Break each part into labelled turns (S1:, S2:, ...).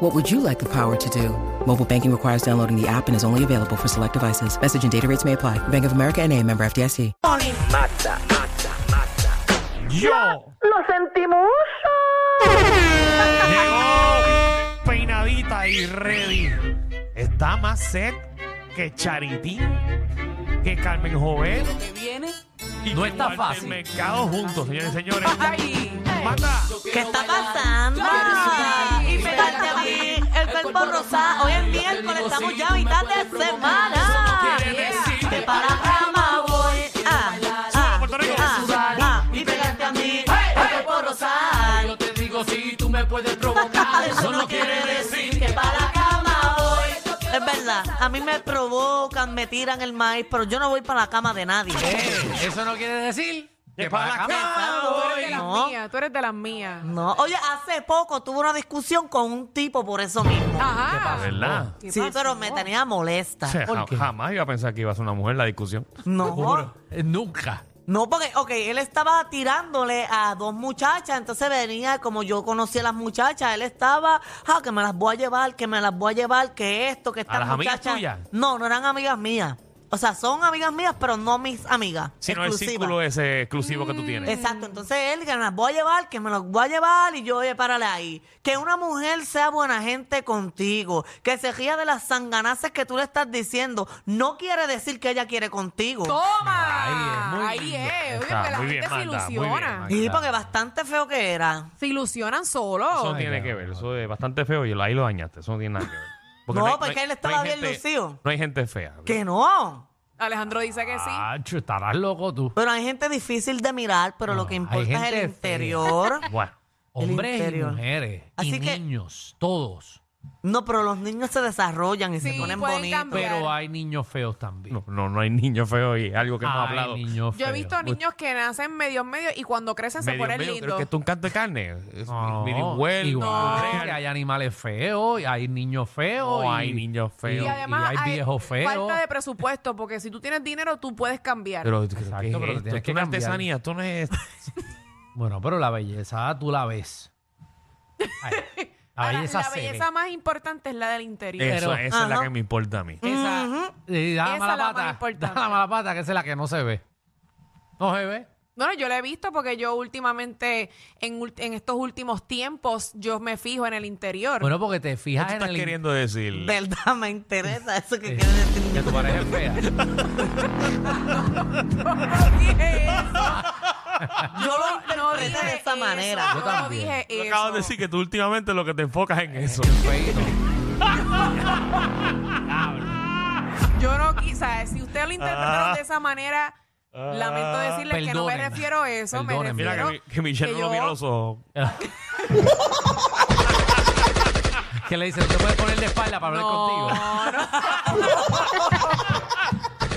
S1: What would you like the power to do? Mobile banking requires downloading the app and is only available for select devices. Message and data rates may apply. Bank of America and a member FDIC.
S2: Yo.
S3: Lo sentimos.
S2: Llegó peinadita y ready. Está más set que Charitín, que Carmen Joven.
S4: viene?
S2: Y
S5: No
S2: que
S5: está
S2: Walter
S5: fácil.
S2: Mercado juntos, señores y señores.
S4: ¡Ay!
S2: Manda.
S6: ¿Qué está pasando? Y pegarte a mí el cuerpo rosado. Hoy es miércoles, estamos ya a mitad de semana. Que para la cama voy. Ah, ah,
S2: Puerto Rico.
S6: ah, ah. Y pegarte a mí el cuerpo rosado.
S5: Yo te digo si tú me puedes provocar.
S6: Eso no quiere decir que para la cama voy. Es verdad, a mí me provocan, me tiran el maíz, pero yo no voy para la cama de nadie.
S5: Eh, eso no quiere decir
S2: Que
S5: que
S2: para
S5: para la
S2: la
S5: cama.
S4: Tú eres de las
S6: No.
S4: mías, tú eres de las mías.
S6: No, oye, hace poco tuve una discusión con un tipo por eso mismo.
S4: Ajá.
S2: ¿Verdad?
S4: Ah, ¿Qué
S6: Sí,
S4: pasó?
S6: pero me tenía molesta.
S2: O sea, ja- jamás iba a pensar que iba a ser una mujer la discusión.
S6: No,
S5: Eh, Nunca.
S6: no, porque, ok, él estaba tirándole a dos muchachas, entonces venía, como yo conocí a las muchachas, él estaba, ah, que me las voy a llevar, que me las voy a llevar, que esto, que estas
S2: las amigas
S6: muchachas.
S2: tuyas?
S6: No, no eran amigas mías. O sea, son amigas mías, pero no mis amigas.
S2: Sino el
S6: exclusivas.
S2: círculo ese exclusivo que tú tienes.
S4: Mm.
S6: Exacto, entonces él que me las voy a llevar, que me las voy a llevar y yo, oye, párale ahí. Que una mujer sea buena gente contigo, que se ría de las sanganaces que tú le estás diciendo, no quiere decir que ella quiere contigo.
S4: ¡Toma!
S5: Ahí es, muy
S4: Ahí
S5: bien.
S4: es. Oye,
S2: Está,
S4: que la
S2: muy bien,
S4: gente se
S2: Magda, muy bien,
S4: ilusiona.
S2: Magda.
S6: Sí, porque bastante feo que era.
S4: Se ilusionan solo.
S2: Eso no tiene que ver. Eso es bastante feo y lo- ahí lo dañaste. Eso no tiene nada que ver.
S6: No,
S2: hay-
S6: porque
S2: hay-
S6: él estaba
S2: hay
S6: bien
S2: gente-
S6: lucido.
S2: No hay gente fea.
S6: Que no.
S4: Alejandro dice que sí.
S2: Ah,
S5: Acho, estarás loco tú.
S6: Pero hay gente difícil de mirar, pero lo que
S5: hay
S6: importa es
S5: gente
S6: el interior.
S2: Bueno.
S5: Hombres y
S6: interior.
S5: mujeres y
S6: Así que-
S5: niños, todos.
S6: No, pero los niños se desarrollan y se
S4: Sí,
S6: ponen
S4: pueden
S6: bonitos.
S4: cambiar.
S5: Pero hay niños feos también.
S2: No, no, no hay niño feo y algo que hemos
S5: Hay
S2: hablado.
S5: niños
S4: Yo he
S5: feos.
S4: visto niños que nacen medio medio y cuando crecen se
S2: medio,
S4: ponen
S2: medio, creo
S4: lindos.
S2: que esto es un canto de carne. Es
S5: No,
S2: Mirihuel,
S5: igual
S2: Andrea,
S5: que hay animales feos, y hay niños feos.
S2: No
S5: y-
S2: hay niños feos.
S4: Y
S5: y
S4: además
S5: hay viejos feos.
S4: falta de presupuesto porque si tú tienes dinero tú puedes cambiar.
S2: Pero, ¿qué es
S5: pero
S2: esto?
S5: tienes
S2: Esto
S5: que
S2: no es
S5: cambiar.
S2: artesanía, esto no es.
S5: Bueno, pero la belleza tú la ves. Ay, la
S4: Ahora,
S5: belleza
S4: la
S5: se ve.
S4: belleza más importante es la del interior.
S2: Eso,
S5: Pero-
S2: esa es la
S6: Ajá.
S2: que me importa a mí.
S5: Esa, eh,
S4: Esa
S5: da la
S4: es la
S5: mala
S4: más
S5: pata.
S4: importante.
S5: da la mala pata, que esa es la que no se ve. No se ve.
S4: No, no, yo lo he visto porque yo últimamente, en, ult- en estos últimos tiempos, yo me fijo en el interior.
S5: Bueno, porque te
S2: ¿Qué
S5: fijas
S2: tú
S5: en
S2: estás
S5: el. in-
S2: queriendo decir?
S6: ¿Verdad? Me interesa eso que
S5: Eh,
S6: quiere decir.
S5: que tu pareja es fea.
S6: Yo lo
S4: no
S6: interpreté
S4: dije
S6: de esa
S4: eso,
S6: manera.
S5: Yo
S4: Yo no
S5: también.
S4: dije
S2: Tú
S4: eso.
S2: acabas de decir que tú últimamente lo que te enfocas en eso.
S5: Feíto.
S4: Yo no quise. Si usted lo interpretaron de
S2: Ah.
S4: esa manera, lamento decirle que no me
S5: Perdonen.
S4: refiero a eso. Me
S5: Perdonen.
S2: Mira que,
S4: refiero
S2: mi- Ah. que Michelle
S4: que
S2: no lo
S4: yo-
S2: mira a los ojos.
S5: que le dicen, te puedes poner de espalda para hablar
S4: No,
S5: contigo.
S4: no.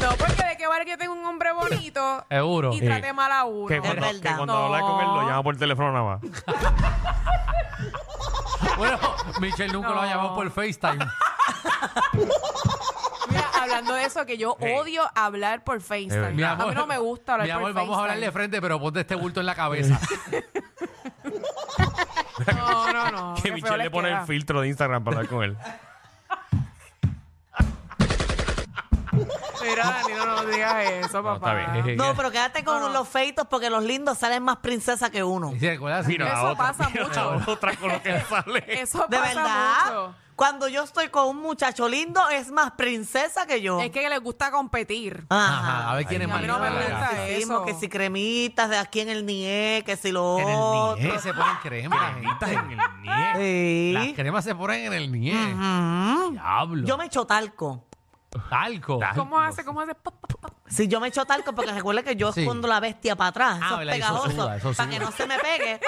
S4: No, porque de qué vale que tenga un hombre bonito
S5: Seguro.
S4: y trate mal a uno.
S2: Que cuando,
S6: verdad.
S2: que cuando
S4: No.
S2: hablas con él lo llama por teléfono nada más.
S5: Bueno, Michelle nunca lo ha
S4: No.
S5: llamado por FaceTime.
S4: Mira, hablando de eso, que yo
S2: Hey.
S4: odio hablar por FaceTime.
S2: Mi
S4: a mí no me gusta hablar
S5: Mi
S4: por
S5: amor,
S4: FaceTime.
S5: vamos a hablarle de frente, pero ponte este bulto en la cabeza.
S4: No, no, no.
S2: que
S4: qué feo
S2: Michelle le
S4: les
S2: pone
S4: queda.
S2: el filtro de Instagram para hablar con él.
S4: Mira, Dani, no, no digas eso,
S2: No,
S4: papá.
S2: está bien.
S6: No, pero quédate con
S4: No, no.
S6: los feitos porque los lindos salen más princesa que uno.
S5: ¿Y ¿Se acuerdas?
S2: Mira la
S4: Eso
S2: otra.
S4: pasa
S2: mira la
S4: mucho.
S2: otra con lo que sale.
S4: Eso
S6: De
S4: pasa
S6: verdad.
S4: mucho.
S6: Cuando yo estoy con un muchacho lindo, es más princesa que yo.
S4: Es que les gusta competir.
S5: Ajá, a ver quién es
S4: a
S5: más
S4: mí no me
S5: linda.
S4: gusta
S6: Que si
S4: eso.
S6: hicimos, que si cremitas de aquí en el NIE, que si lo
S5: En
S6: otro.
S5: el nieve se ponen cremas.
S2: Estás en el nieve.
S6: Sí.
S5: Las cremas se ponen en el nieve.
S6: Ujú.
S5: Diablo.
S6: Yo me echo talco.
S5: Talco.
S4: ¿Cómo hace? ¿Cómo hace? Pop, pop, pop.
S6: Si yo me echo talco, porque recuerde que yo
S5: Sí.
S6: escondo la bestia para atrás. Eso
S5: Ah,
S6: es
S5: ¿verdad? Eso
S6: pegajoso.
S5: suda, eso
S6: para que
S5: suda.
S6: no se me pegue.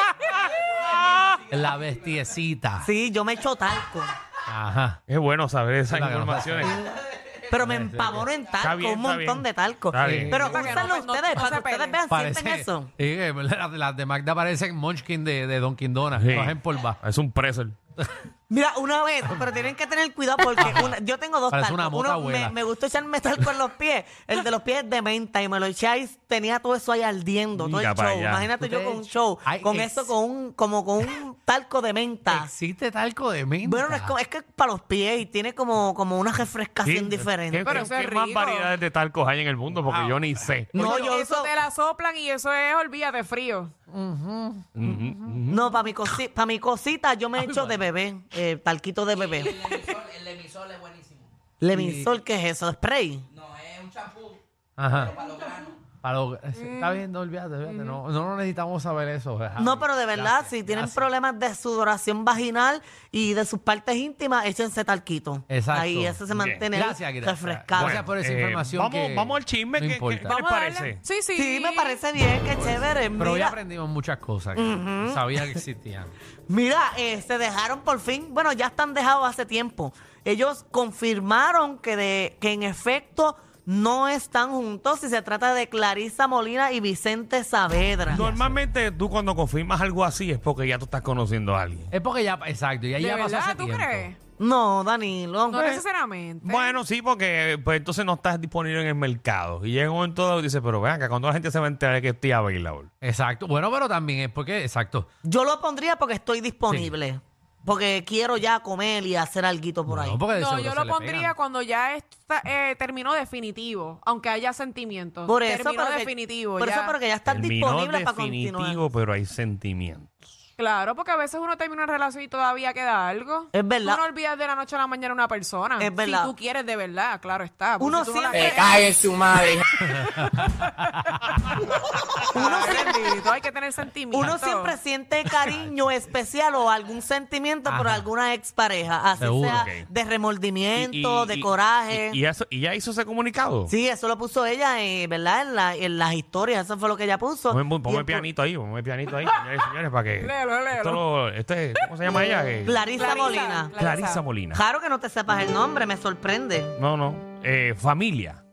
S5: La bestiecita.
S6: Sí, yo me echo talco.
S5: Ajá.
S2: Es bueno saber esas
S5: Para que no
S2: informaciones.
S6: Pero me empavono en talco,
S2: bien,
S6: un
S2: está
S6: montón
S2: bien.
S6: de talco.
S2: Está bien.
S6: Pero
S4: Para que no
S6: úsenlo
S4: pe- no-
S6: ustedes,
S4: no
S6: para
S4: se
S6: que ustedes
S4: peleen.
S6: vean, sienten
S5: Parece,
S6: eso.
S5: sí, que las, las de Magda parecen Munchkin de, de Dunkin' Donuts.
S2: Sí.
S5: Todas en polva.
S2: Es un preso.
S6: Mira, una vez, pero tienen que tener cuidado porque una- yo tengo dos
S5: Parece una
S6: talcos.
S5: mota
S6: Uno
S5: abuela.
S6: me, me gustó echarme talco en los pies. El de los pies es de menta y me lo eché ahí, tenía todo eso ahí ardiendo, todo el
S2: Mira para
S6: show.
S2: allá.
S6: Imagínate
S5: Tú
S6: yo
S5: te
S6: con un
S5: echas-
S6: show,
S5: Ay,
S6: con
S5: ex-
S6: eso, con un, como con un talco de menta.
S5: Existe talco de menta.
S6: Bueno, no es, como- es que es para los pies y tiene como, como una refrescación diferente.
S2: ¿Qué,
S4: Pero
S2: qué-
S4: eso es
S2: qué más
S4: rico.
S2: variedades de talcos hay en el mundo? Porque yo ni sé.
S6: No, yo
S4: eso
S6: uso-
S4: te la soplan y eso es, olvídate, frío.
S6: No, para mi, cosi- pa' mi cosita yo me echo de bebé, eh, talquito de bebé. El Lemisol, es buenísimo. ¿Lemisol qué es eso? ¿Spray?
S5: Ajá. Para los granos.
S4: Mm.
S5: Está bien, no olvídate, olvídate. No, no no necesitamos saber eso.
S6: No, pero de verdad,
S5: Gracias,
S6: si tienen
S5: gracias.
S6: problemas de sudoración vaginal y de sus partes íntimas, échense talquito.
S5: Exacto.
S6: Ahí eso se
S2: Bien.
S6: mantiene
S5: Gracias, gracias.
S6: refrescado.
S5: Gracias por esa información
S2: Eh, Vamos,
S5: que
S2: vamos al chisme.
S5: no
S2: ¿qué- qué-
S5: importa.
S2: ¿Qué, les
S4: Vamos a darle-
S2: parece?
S4: Sí, sí.
S6: Sí, me parece bien, qué chévere.
S5: Pero hoy
S6: Mira,
S5: aprendimos muchas cosas que sabía que existían.
S6: mira, eh, se dejaron por fin, bueno, ya están dejados hace tiempo. Ellos confirmaron que, de, que en efecto no están juntos si se trata de Clarisa Molina y Vicente Saavedra.
S2: Normalmente tú cuando confirmas algo así es porque ya tú estás conociendo a alguien.
S5: Es porque ya, exacto, ya,
S4: ¿De
S5: ya pasó
S4: verdad?
S5: hace
S4: ¿Tú
S5: tiempo.
S4: crees?
S6: No, Danilo.
S4: No necesariamente.
S2: Bueno, sí, porque pues, entonces no estás disponible en el mercado. Y llega un momento dado y dices, pero vean acá, cuando la gente se va a enterar que estoy available.
S5: Exacto. Bueno, pero también es porque, exacto.
S6: Yo lo pondría porque estoy disponible. Porque quiero ya comer y hacer algo por ahí.
S5: No, porque de
S4: No,
S5: seguro
S4: yo
S5: se
S4: lo
S5: le
S4: pondría
S5: pegan.
S4: cuando ya está, eh, terminó definitivo, aunque haya sentimientos.
S6: Por eso,
S4: terminó
S6: pero que-
S4: definitivo.
S6: por
S4: ya.
S6: eso, porque ya estás
S2: Terminó
S6: disponible para
S2: definitivo,
S6: continuar.
S2: pero hay sentimientos.
S4: Claro, porque a veces uno termina una relación y todavía queda algo.
S6: Es verdad.
S4: Tú no olvidas de la noche a la mañana una persona.
S6: Es verdad.
S4: Si tú quieres de verdad, claro está. porque
S6: Uno
S4: si tú no la
S6: siempre-
S4: quieres-
S6: Uno
S4: Ay,
S6: siempre,
S4: bendito, hay que tener sentimiento.
S6: uno siempre siente cariño especial o algún sentimiento por
S5: Ajá.
S6: alguna expareja. Así
S5: Seguro.
S6: sea
S2: Ok.
S6: de
S2: Y-
S6: remordimiento,
S2: y-
S6: de
S2: y-
S6: coraje.
S2: Y, y eso- y ya hizo ese comunicado.
S6: sí, eso lo puso ella, eh, ¿verdad? En, la- en las historias, eso fue lo que ella puso.
S2: Ponme, ponme
S6: Y el-
S2: pianito ahí, ponme pianito ahí, señores y señores, para que.
S4: Léelo, léelo.
S2: esto lo- este, ¿Cómo se llama ella? Que-
S6: Clarisa, Molina.
S4: Clarisa.
S2: Clarisa Molina.
S6: Claro que no te sepas el nombre, me sorprende.
S2: No, no. Eh, familia.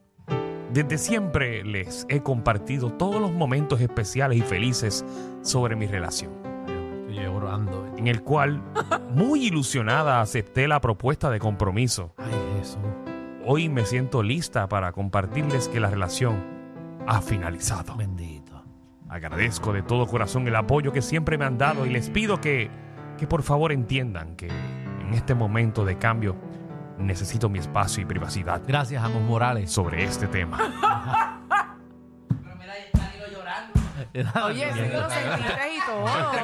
S2: Desde siempre les he compartido todos los momentos especiales y felices sobre mi relación,
S5: Estoy llorando. eh.
S2: en el cual, muy ilusionada, acepté la propuesta de compromiso.
S5: Ay, Jesús.
S2: Hoy me siento lista para compartirles que la relación ha finalizado.
S5: Bendito.
S2: Agradezco de todo corazón el apoyo que siempre me han dado y les pido que, que por favor entiendan que en este momento de cambio necesito mi espacio y privacidad
S5: Gracias, Amos Morales.
S2: sobre este tema.
S4: Oye, sí, lo sentiste y todo.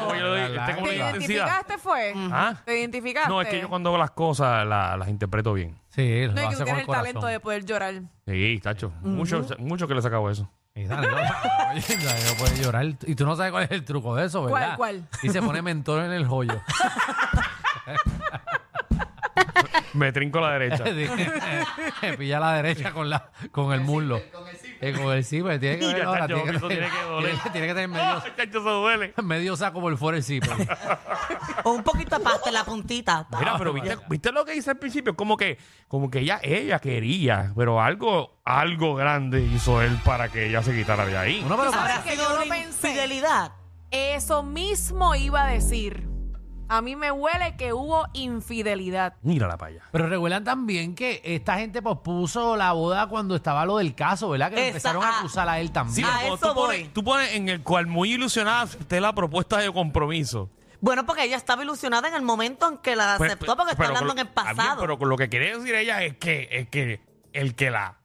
S2: Oye, lo de- este como
S4: ¿Te
S2: la intensidad.
S4: identificaste fue?
S6: Mm.
S2: ¿Ah?
S4: ¿Te identificaste?
S2: No, es que yo cuando hago las cosas la- las interpreto bien.
S5: Sí, lo
S4: No, es que tú
S5: hace con
S4: tienes
S5: el
S4: el talento de
S5: corazón.
S4: poder llorar.
S2: Sí, tacho. Mucho, mucho que le sacaba eso.
S5: Y dale, no, oye, no puede llorar. Y tú no sabes cuál es el truco de eso, ¿verdad?
S4: ¿Cuál, cuál?
S5: Y se pone mentor en el joyo.
S2: Me trinco la derecha.
S5: Se pilla la derecha con, la, con el muslo. Eh, Con el ciber. tiene que
S2: Ya,
S5: ver ahora.
S2: chacho,
S5: Tiene que,
S2: eso tiene que doler.
S5: tiene que- tiene que tener medio,
S2: Ah, Chacho, eso duele.
S5: medio saco por fuera el ciber.
S6: O un poquito de pasta en la puntita.
S2: Mira, pero viste, viste lo que hice al principio, como que, como que ella, ella quería, pero algo, algo grande hizo él para que ella se quitara de ahí.
S5: Uno, pero
S4: sabes
S6: Habrá
S4: que
S6: sido
S4: yo lo
S6: una
S4: pensé.
S6: infidelidad.
S4: Eso mismo iba a decir. A mí me huele que hubo infidelidad.
S2: Mírala para allá.
S5: Pero recuerdan también que esta gente pospuso la boda cuando estaba lo del caso, ¿verdad? Que lo
S6: Esa-
S5: empezaron a acusar a él
S2: Sí,
S5: también.
S6: Ah,
S2: pero
S6: eso
S2: tú pones,
S6: voy.
S2: tú pones en el cual muy ilusionada usted la propuesta de compromiso.
S6: Bueno, porque ella estaba ilusionada en el momento en que la
S2: Pues,
S6: aceptó,
S2: pues,
S6: porque está
S2: pero
S6: hablando
S2: con-
S6: en el
S2: está bien,
S6: pasado.
S2: pero con lo que quería decir ella es que, es que el que la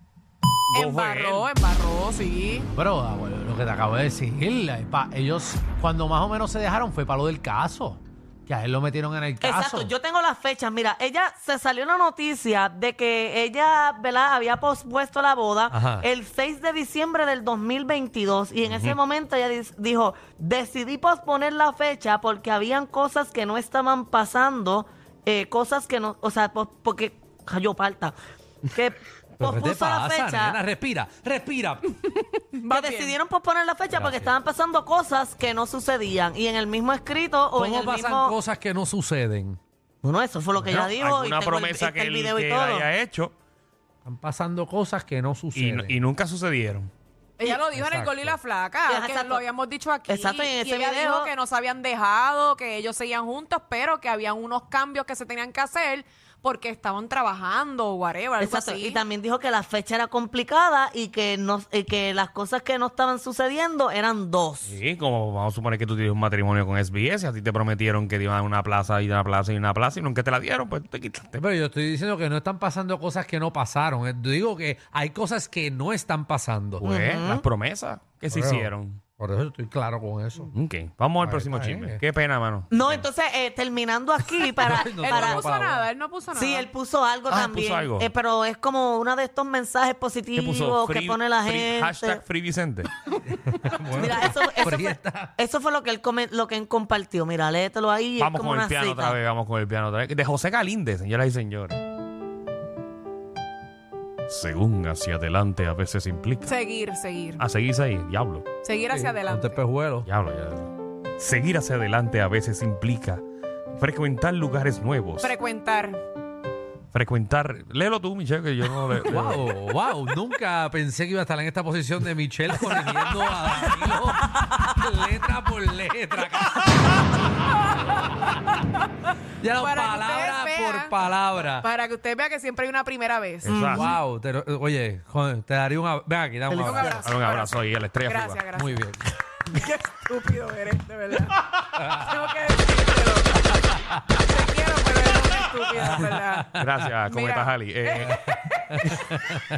S2: no fue
S4: Embarró,
S2: él.
S4: embarró, sí.
S5: Pero ah, bueno, lo que te acabo de decir, eh, pa- ellos cuando más o menos se dejaron fue para lo del caso. Que a él lo metieron en el caso.
S6: Exacto, yo tengo las fechas. Mira, ella se salió una noticia de que ella, ¿verdad? Había pospuesto la boda
S5: Ajá.
S6: el 6 de diciembre del 2022 y en ese momento ella dis- dijo, decidí posponer la fecha porque habían cosas que no estaban pasando, eh, cosas que no, o sea, po- porque cayó palta.
S3: Pero ¿qué
S6: Que
S3: te
S6: pospuso Pues la
S3: pasa,
S6: fecha.
S3: nena? Respira, respira.
S4: Va
S6: que
S4: bien.
S6: decidieron posponer la fecha porque
S3: Gracias.
S6: estaban pasando cosas que no sucedían y en el mismo escrito o en
S3: ¿Cómo
S6: el
S3: pasan
S6: mismo
S3: cosas que no suceden?
S6: bueno eso fue lo que ella
S2: Bueno,
S6: dijo y
S2: alguna
S6: tengo el-
S2: promesa
S6: está
S2: que
S6: el
S2: él
S6: video y
S2: que
S6: todo.
S2: haya hecho
S5: Están pasando cosas que no
S2: y,
S5: suceden.
S2: no- y nunca sucedieron.
S4: Ella lo dijo en el
S5: Exacto.
S4: gol y la flaca,
S6: Ajá,
S4: que
S6: exacto.
S4: lo habíamos dicho aquí.
S6: Exacto, y en ese
S4: ella
S6: video-
S4: dijo que no se habían dejado, que ellos seguían juntos, pero que habían unos cambios que se tenían que hacer porque estaban trabajando o whatever, algo
S6: Exacto,
S4: así.
S6: Y también dijo que la fecha era complicada y que, no, y que las cosas que no estaban sucediendo eran dos.
S2: Sí, como vamos a suponer que tú tienes un matrimonio con SBS y a ti te prometieron que te iban a dar una plaza y una plaza y una plaza y nunca te la dieron, pues tú te quitaste.
S5: Pero yo estoy diciendo que no están pasando cosas que no pasaron. Eh, Digo que hay cosas que no están pasando.
S2: Pues, las promesas que se
S5: Bueno,
S2: hicieron.
S5: Por eso estoy claro con eso.
S2: Ok, vamos al
S5: Ahí
S2: próximo
S5: está,
S2: chisme.
S5: eh.
S2: Qué pena, mano.
S6: No, entonces, eh, terminando aquí, para...
S5: No,
S4: Él
S6: para-
S4: no puso
S5: para-
S4: nada, él no puso nada.
S6: sí, él puso algo
S2: Ah, él
S6: también.
S2: puso algo.
S6: eh, pero es como uno de estos mensajes
S2: ¿Qué
S6: positivos
S2: puso?
S6: que
S2: Free-
S6: pone la
S2: free-
S6: gente.
S2: Hashtag Free Vicente.
S6: Mira, eso, eso
S5: Pero ya
S6: fue,
S5: está.
S6: eso fue lo que él come- lo que él compartió. Mira, léetelo ahí. es
S2: Vamos
S6: como
S2: con el
S6: una
S2: piano
S6: cita.
S2: otra vez, vamos con el piano otra vez. De José Galíndez, señoras y señores. Según hacia adelante a veces implica.
S4: Seguir, seguir.
S2: A seguirse ahí, diablo.
S4: Seguir hacia adelante.
S5: No te espejuelo.
S2: Diablo, ya. Seguir hacia adelante a veces implica frecuentar lugares nuevos.
S4: Frecuentar.
S2: frecuentar. Léelo tú, Michelle, que yo no le. leo.
S5: Wow, wow, nunca pensé que iba a estar en esta posición de Michelle corrigiendo a Danilo letra por letra. ya no,
S4: Para que
S5: palabra
S4: ustedes vean.
S5: por palabra.
S4: Para que usted vea que siempre hay una primera vez.
S2: Exacto.
S5: Mm, Wow, te lo- oye, joder, te daría un abrazo. Ven aquí, dame un
S4: Un
S5: abrazo.
S4: abrazo.
S2: Dale Un abrazo ahí a la estrella.
S4: Gracias,
S2: fugaz.
S4: gracias.
S5: Muy bien.
S4: Qué estúpido eres, de verdad. Tengo que decírtelo. Te quiero, pero eres un estúpido, de verdad.
S2: Gracias, Cometa
S4: Mira.
S2: Halley. Eh,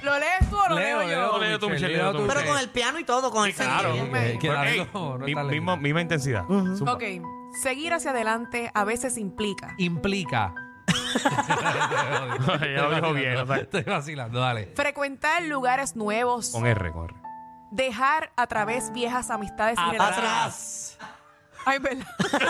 S4: ¿Lo lees tú o lo
S5: Leo,
S4: leo, yo?
S5: Leo,
S2: Leo tú, Michelle, leo tú.
S6: Pero con el piano y todo, con el
S2: eh, claro.
S6: sonido.
S5: Que- que
S2: pero,
S5: Danilo
S2: ey,
S5: no
S2: mi-
S5: está leyendo.
S2: mismo- misma intensidad. Zumba.
S4: Ok, seguir hacia adelante a veces implica.
S5: Implica.
S2: Ya lo dijo bien, o sea.
S5: Estoy vacilando, dale.
S4: Frecuentar lugares nuevos,
S2: Con R, con R.
S4: dejar a través viejas amistades y relaciones.
S5: Atrás.
S4: Ay, verdad.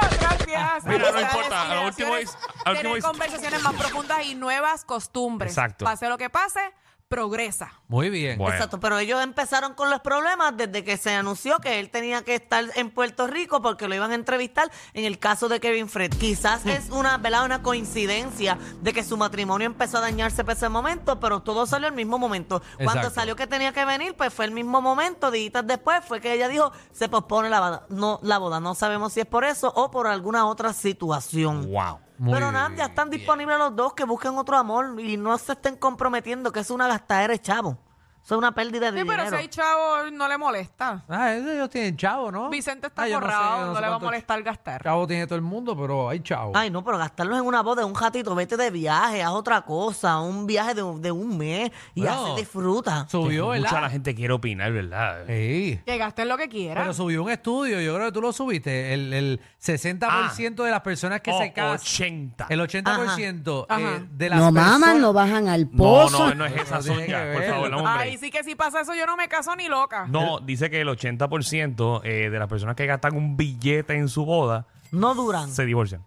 S4: Atrás viejas
S2: Mira, no
S4: amistades
S2: importa,
S4: y
S2: a lo último
S4: relaciones,
S2: es- a lo último
S4: tener
S2: es-
S4: conversaciones más profundas y nuevas costumbres.
S2: Exacto.
S4: Pase lo que pase, progresa.
S5: Muy bien.
S2: Bueno.
S6: Exacto, pero ellos empezaron con los problemas desde que se anunció que él tenía que estar en Puerto Rico porque lo iban a entrevistar en el caso de Kevin Fred. Quizás es una, ¿verdad? una coincidencia de que su matrimonio empezó a dañarse para ese momento, pero todo salió al mismo momento. Cuando
S5: Exacto.
S6: salió que tenía que venir, pues fue el mismo momento, días después fue que ella dijo, se pospone la boda. No, la boda. No sabemos si es por eso o por alguna otra situación.
S2: Wow.
S5: Muy
S6: Pero nada, ya están disponibles los dos, que busquen otro amor y no se estén comprometiendo, que es una gastadera de chavo. Eso es una pérdida de
S4: Sí,
S6: dinero.
S4: pero si hay chavo, no le molesta.
S5: Ah, ellos tienen chavo, ¿no?
S4: Vicente está
S5: Ah, yo no sé,
S4: borrado,
S5: yo
S4: no, le
S5: sé
S4: va a
S5: cuántos
S4: molestar gastar.
S5: Chavo tiene todo el mundo, pero hay chavo.
S6: Ay, no, pero gastarlos en una boda, un ratito, vete de viaje, haz otra cosa, un viaje de, un- de un mes y
S5: Bueno.
S6: así disfruta.
S5: subió,
S2: Mucha la
S5: ¿verdad? Eh,
S2: gente quiere opinar, ¿verdad?
S5: Sí.
S4: Que gasten lo que quieran.
S5: Pero subió un estudio, yo creo que tú lo subiste. El, el 60% de las personas que
S2: O
S5: se casan.
S2: 80.
S5: El 80%
S4: Ajá.
S5: eh,
S4: Ajá.
S5: de las
S7: No maman,
S5: personas-
S7: no bajan al
S2: No,
S7: pozo.
S2: no, no es esa
S5: No tiene que
S2: Sonia, por
S5: ver.
S2: favor, hombre.
S4: Ay, sí que si pasa eso, yo no me caso ni loca.
S2: No, dice que el 80% eh, de las personas que gastan un billete en su boda
S6: No duran.
S2: se divorcian.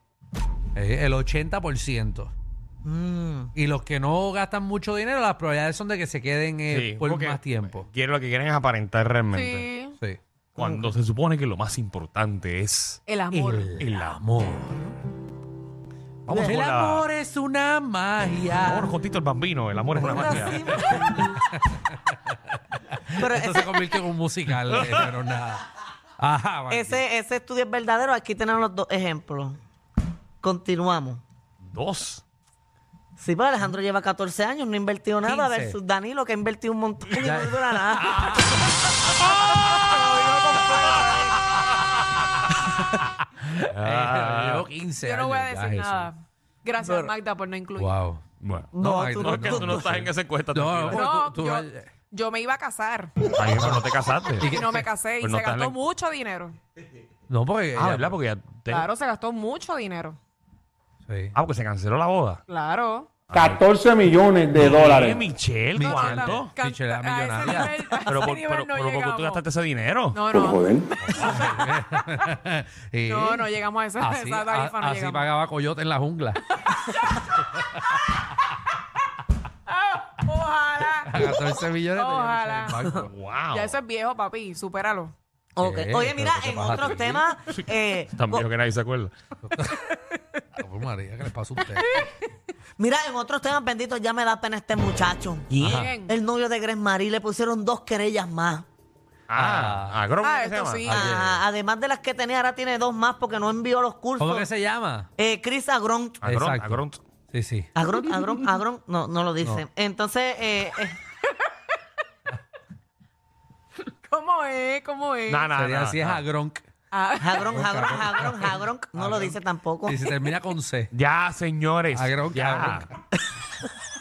S5: Eh, el 80%. Y los que no gastan mucho dinero, las probabilidades son de que se queden eh,
S2: Sí,
S5: por
S2: porque,
S5: más tiempo.
S2: pues, quieren- lo que quieren es aparentar realmente.
S4: Sí.
S5: Sí.
S2: Cuando se supone que lo más importante es
S4: El amor.
S2: el amor. Vamos con
S5: el
S2: la-
S5: amor es una magia.
S2: Vamos con Tito el Bambino, el amor es una magia.
S6: Pero
S5: Esto
S6: ese,
S5: se convirtió en un musical, eh, pero nada. Ajá, Magdi.
S6: ese, ese estudio es verdadero, aquí tenemos los dos ejemplos. Continuamos.
S2: Dos.
S6: Sí, pero Alejandro lleva 14 años, no ha invertido nada,
S5: 15.
S6: versus Danilo que ha invertido un montón y
S5: Ya. Ah,
S6: no dura nada.
S5: Eh, Llevo 15
S4: Yo no voy a
S5: años ya,
S4: decir
S5: Jesús.
S4: nada. Gracias, Magda, por no incluir.
S5: Wow.
S2: Bueno.
S6: No,
S5: ay,
S6: tú
S2: No, es que tú no
S5: no.
S2: estás en esa encuesta.
S5: No,
S2: tranquila.
S5: no,
S4: No,
S5: Tú- tú
S4: yo,
S5: no-
S4: yo me iba a casar
S2: Ay, pero no te casaste.
S4: y no me casé y
S2: Pues no
S4: se
S2: estás en
S4: gastó
S2: la-
S4: mucho dinero.
S5: No, porque. eh,
S2: Ah,
S5: ella-
S2: ¿verdad? Porque ya te-
S4: Claro, se gastó mucho dinero.
S5: Sí.
S2: Ah, porque se canceló la boda.
S4: Claro.
S7: 14 millones de
S2: Eh,
S7: dólares.
S2: Michelle,
S5: Michelle.
S2: ¿cuánto?
S4: Can-
S5: Michelle era
S4: a ese
S5: millonaria.
S4: nivel- a
S2: Pero
S4: ese
S2: por,
S4: nivel
S2: pero,
S4: no
S2: pero por qué tú
S4: llegamos.
S2: gastaste ese dinero.
S4: No,
S7: Por
S4: no.
S7: joder.
S5: Eh,
S4: No, no llegamos a esa,
S5: Así,
S4: esa tarifa,
S5: a-
S4: no
S5: así
S4: llegamos.
S5: pagaba Coyote en la jungla. A
S4: Ojalá.
S5: 14 millones de
S4: Ojalá.
S2: Wow.
S4: Ya eso es viejo, papi. Supéralo.
S6: Ok.
S5: ¿Qué?
S6: Oye,
S5: ¿Pero
S6: mira,
S5: qué te
S6: en
S5: pasa a
S6: otros
S5: ti?
S6: temas. eh,
S2: Tan
S6: bo-
S2: viejo que nadie se acuerda.
S5: María, ¿qué le pasa a usted?
S6: mira, en otros temas, benditos, ya me da pena este muchacho.
S4: Bien.
S6: El novio de Grace Marie le pusieron dos querellas más.
S2: Ah, ah, creo que
S4: Ah,
S2: se
S4: esto
S2: llama.
S4: sí.
S6: Ajá, además de las que tenía, ahora tiene dos más porque no envió los cursos.
S5: ¿Cómo que se llama?
S6: Eh, Chris Agront.
S2: Agront,
S5: Exacto.
S2: agront.
S5: Sí, sí.
S6: Agront, Agront, Agront. No, no lo dice. Entonces, eh, eh,
S4: ¿Cómo es? ¿Cómo es?
S2: Nah, nah,
S5: Sería
S2: nah,
S5: así es
S2: nah.
S5: Agronk.
S4: Ah,
S6: Agront, Agront, Agront, Agront. No lo dice tampoco.
S5: Y se termina con C.
S2: Ya, señores.
S5: Agront,
S2: ya.
S5: agront.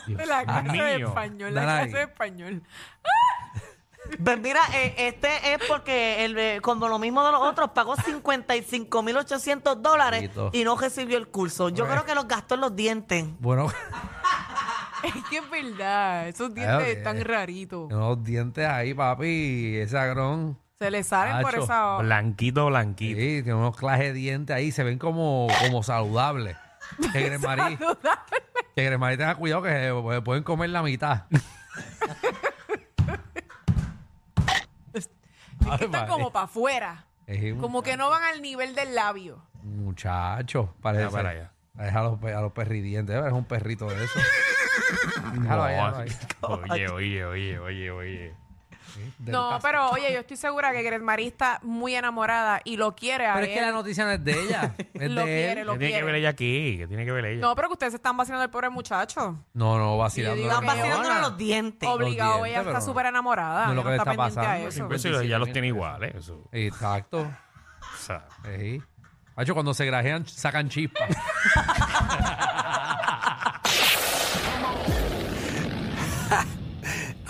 S2: Dios
S4: la clase de
S2: mío.
S4: español. La
S5: Dale ahí.
S4: clase de español.
S6: Pues mira, eh, este es porque, el, eh, como lo mismo de los otros, pagó 55.800 dólares
S5: Bendito.
S6: y no recibió el curso. Yo creo que los gastó en los dientes.
S5: Bueno,
S4: Es que es verdad. Esos dientes
S5: ok.
S4: están raritos.
S5: unos dientes ahí, papi. Ese agrón.
S4: Se le salen por
S5: Nacho,
S4: esa.
S2: Blanquito,
S5: Sí,
S2: blanquito.
S5: tiene unos clajes de dientes ahí. Se ven como, como saludables. Que Gremarí. que Gremarí tenga cuidado que se se pueden comer la mitad.
S4: Es que están
S5: Ay,
S4: como
S5: madre.
S4: para afuera.
S5: Es un-
S4: Como que no van al nivel del labio.
S5: Muchacho, parece.
S2: Ya, para allá.
S5: Es a los, pe- a los perridientes, es un perrito de eso.
S2: No,
S5: Déjalo ahí, déjalo ahí.
S2: Oye, oye, oye, oye, oye.
S5: Del
S4: No,
S5: caso.
S4: pero oye, yo estoy segura que Gret Marie está muy enamorada y lo quiere a
S5: Pero es
S4: él.
S5: que la noticia no es de ella. Es
S4: Lo
S5: de
S4: quiere,
S5: él.
S4: lo
S2: ¿Qué tiene que
S4: quiere.
S2: ver ella aquí? ¿Qué tiene que ver ella?
S4: No, pero que ustedes se están vacilando al pobre muchacho.
S5: No, no, vacilando.
S4: digo
S5: no,
S4: que
S6: Están
S5: no,
S6: vacilándole
S5: no.
S6: los dientes.
S5: Ob-
S4: Obligado,
S5: dientes,
S4: ella está
S5: pero-
S4: súper enamorada.
S5: No es lo
S4: ella
S5: que
S4: no está,
S5: le está
S4: pendiente
S5: pasando,
S4: a eso.
S5: sí,
S2: Pues sí, ella los tiene iguales. Eso.
S5: Exacto.
S2: O sea,
S5: Ey. Macho, cuando se grajean, sacan chispas.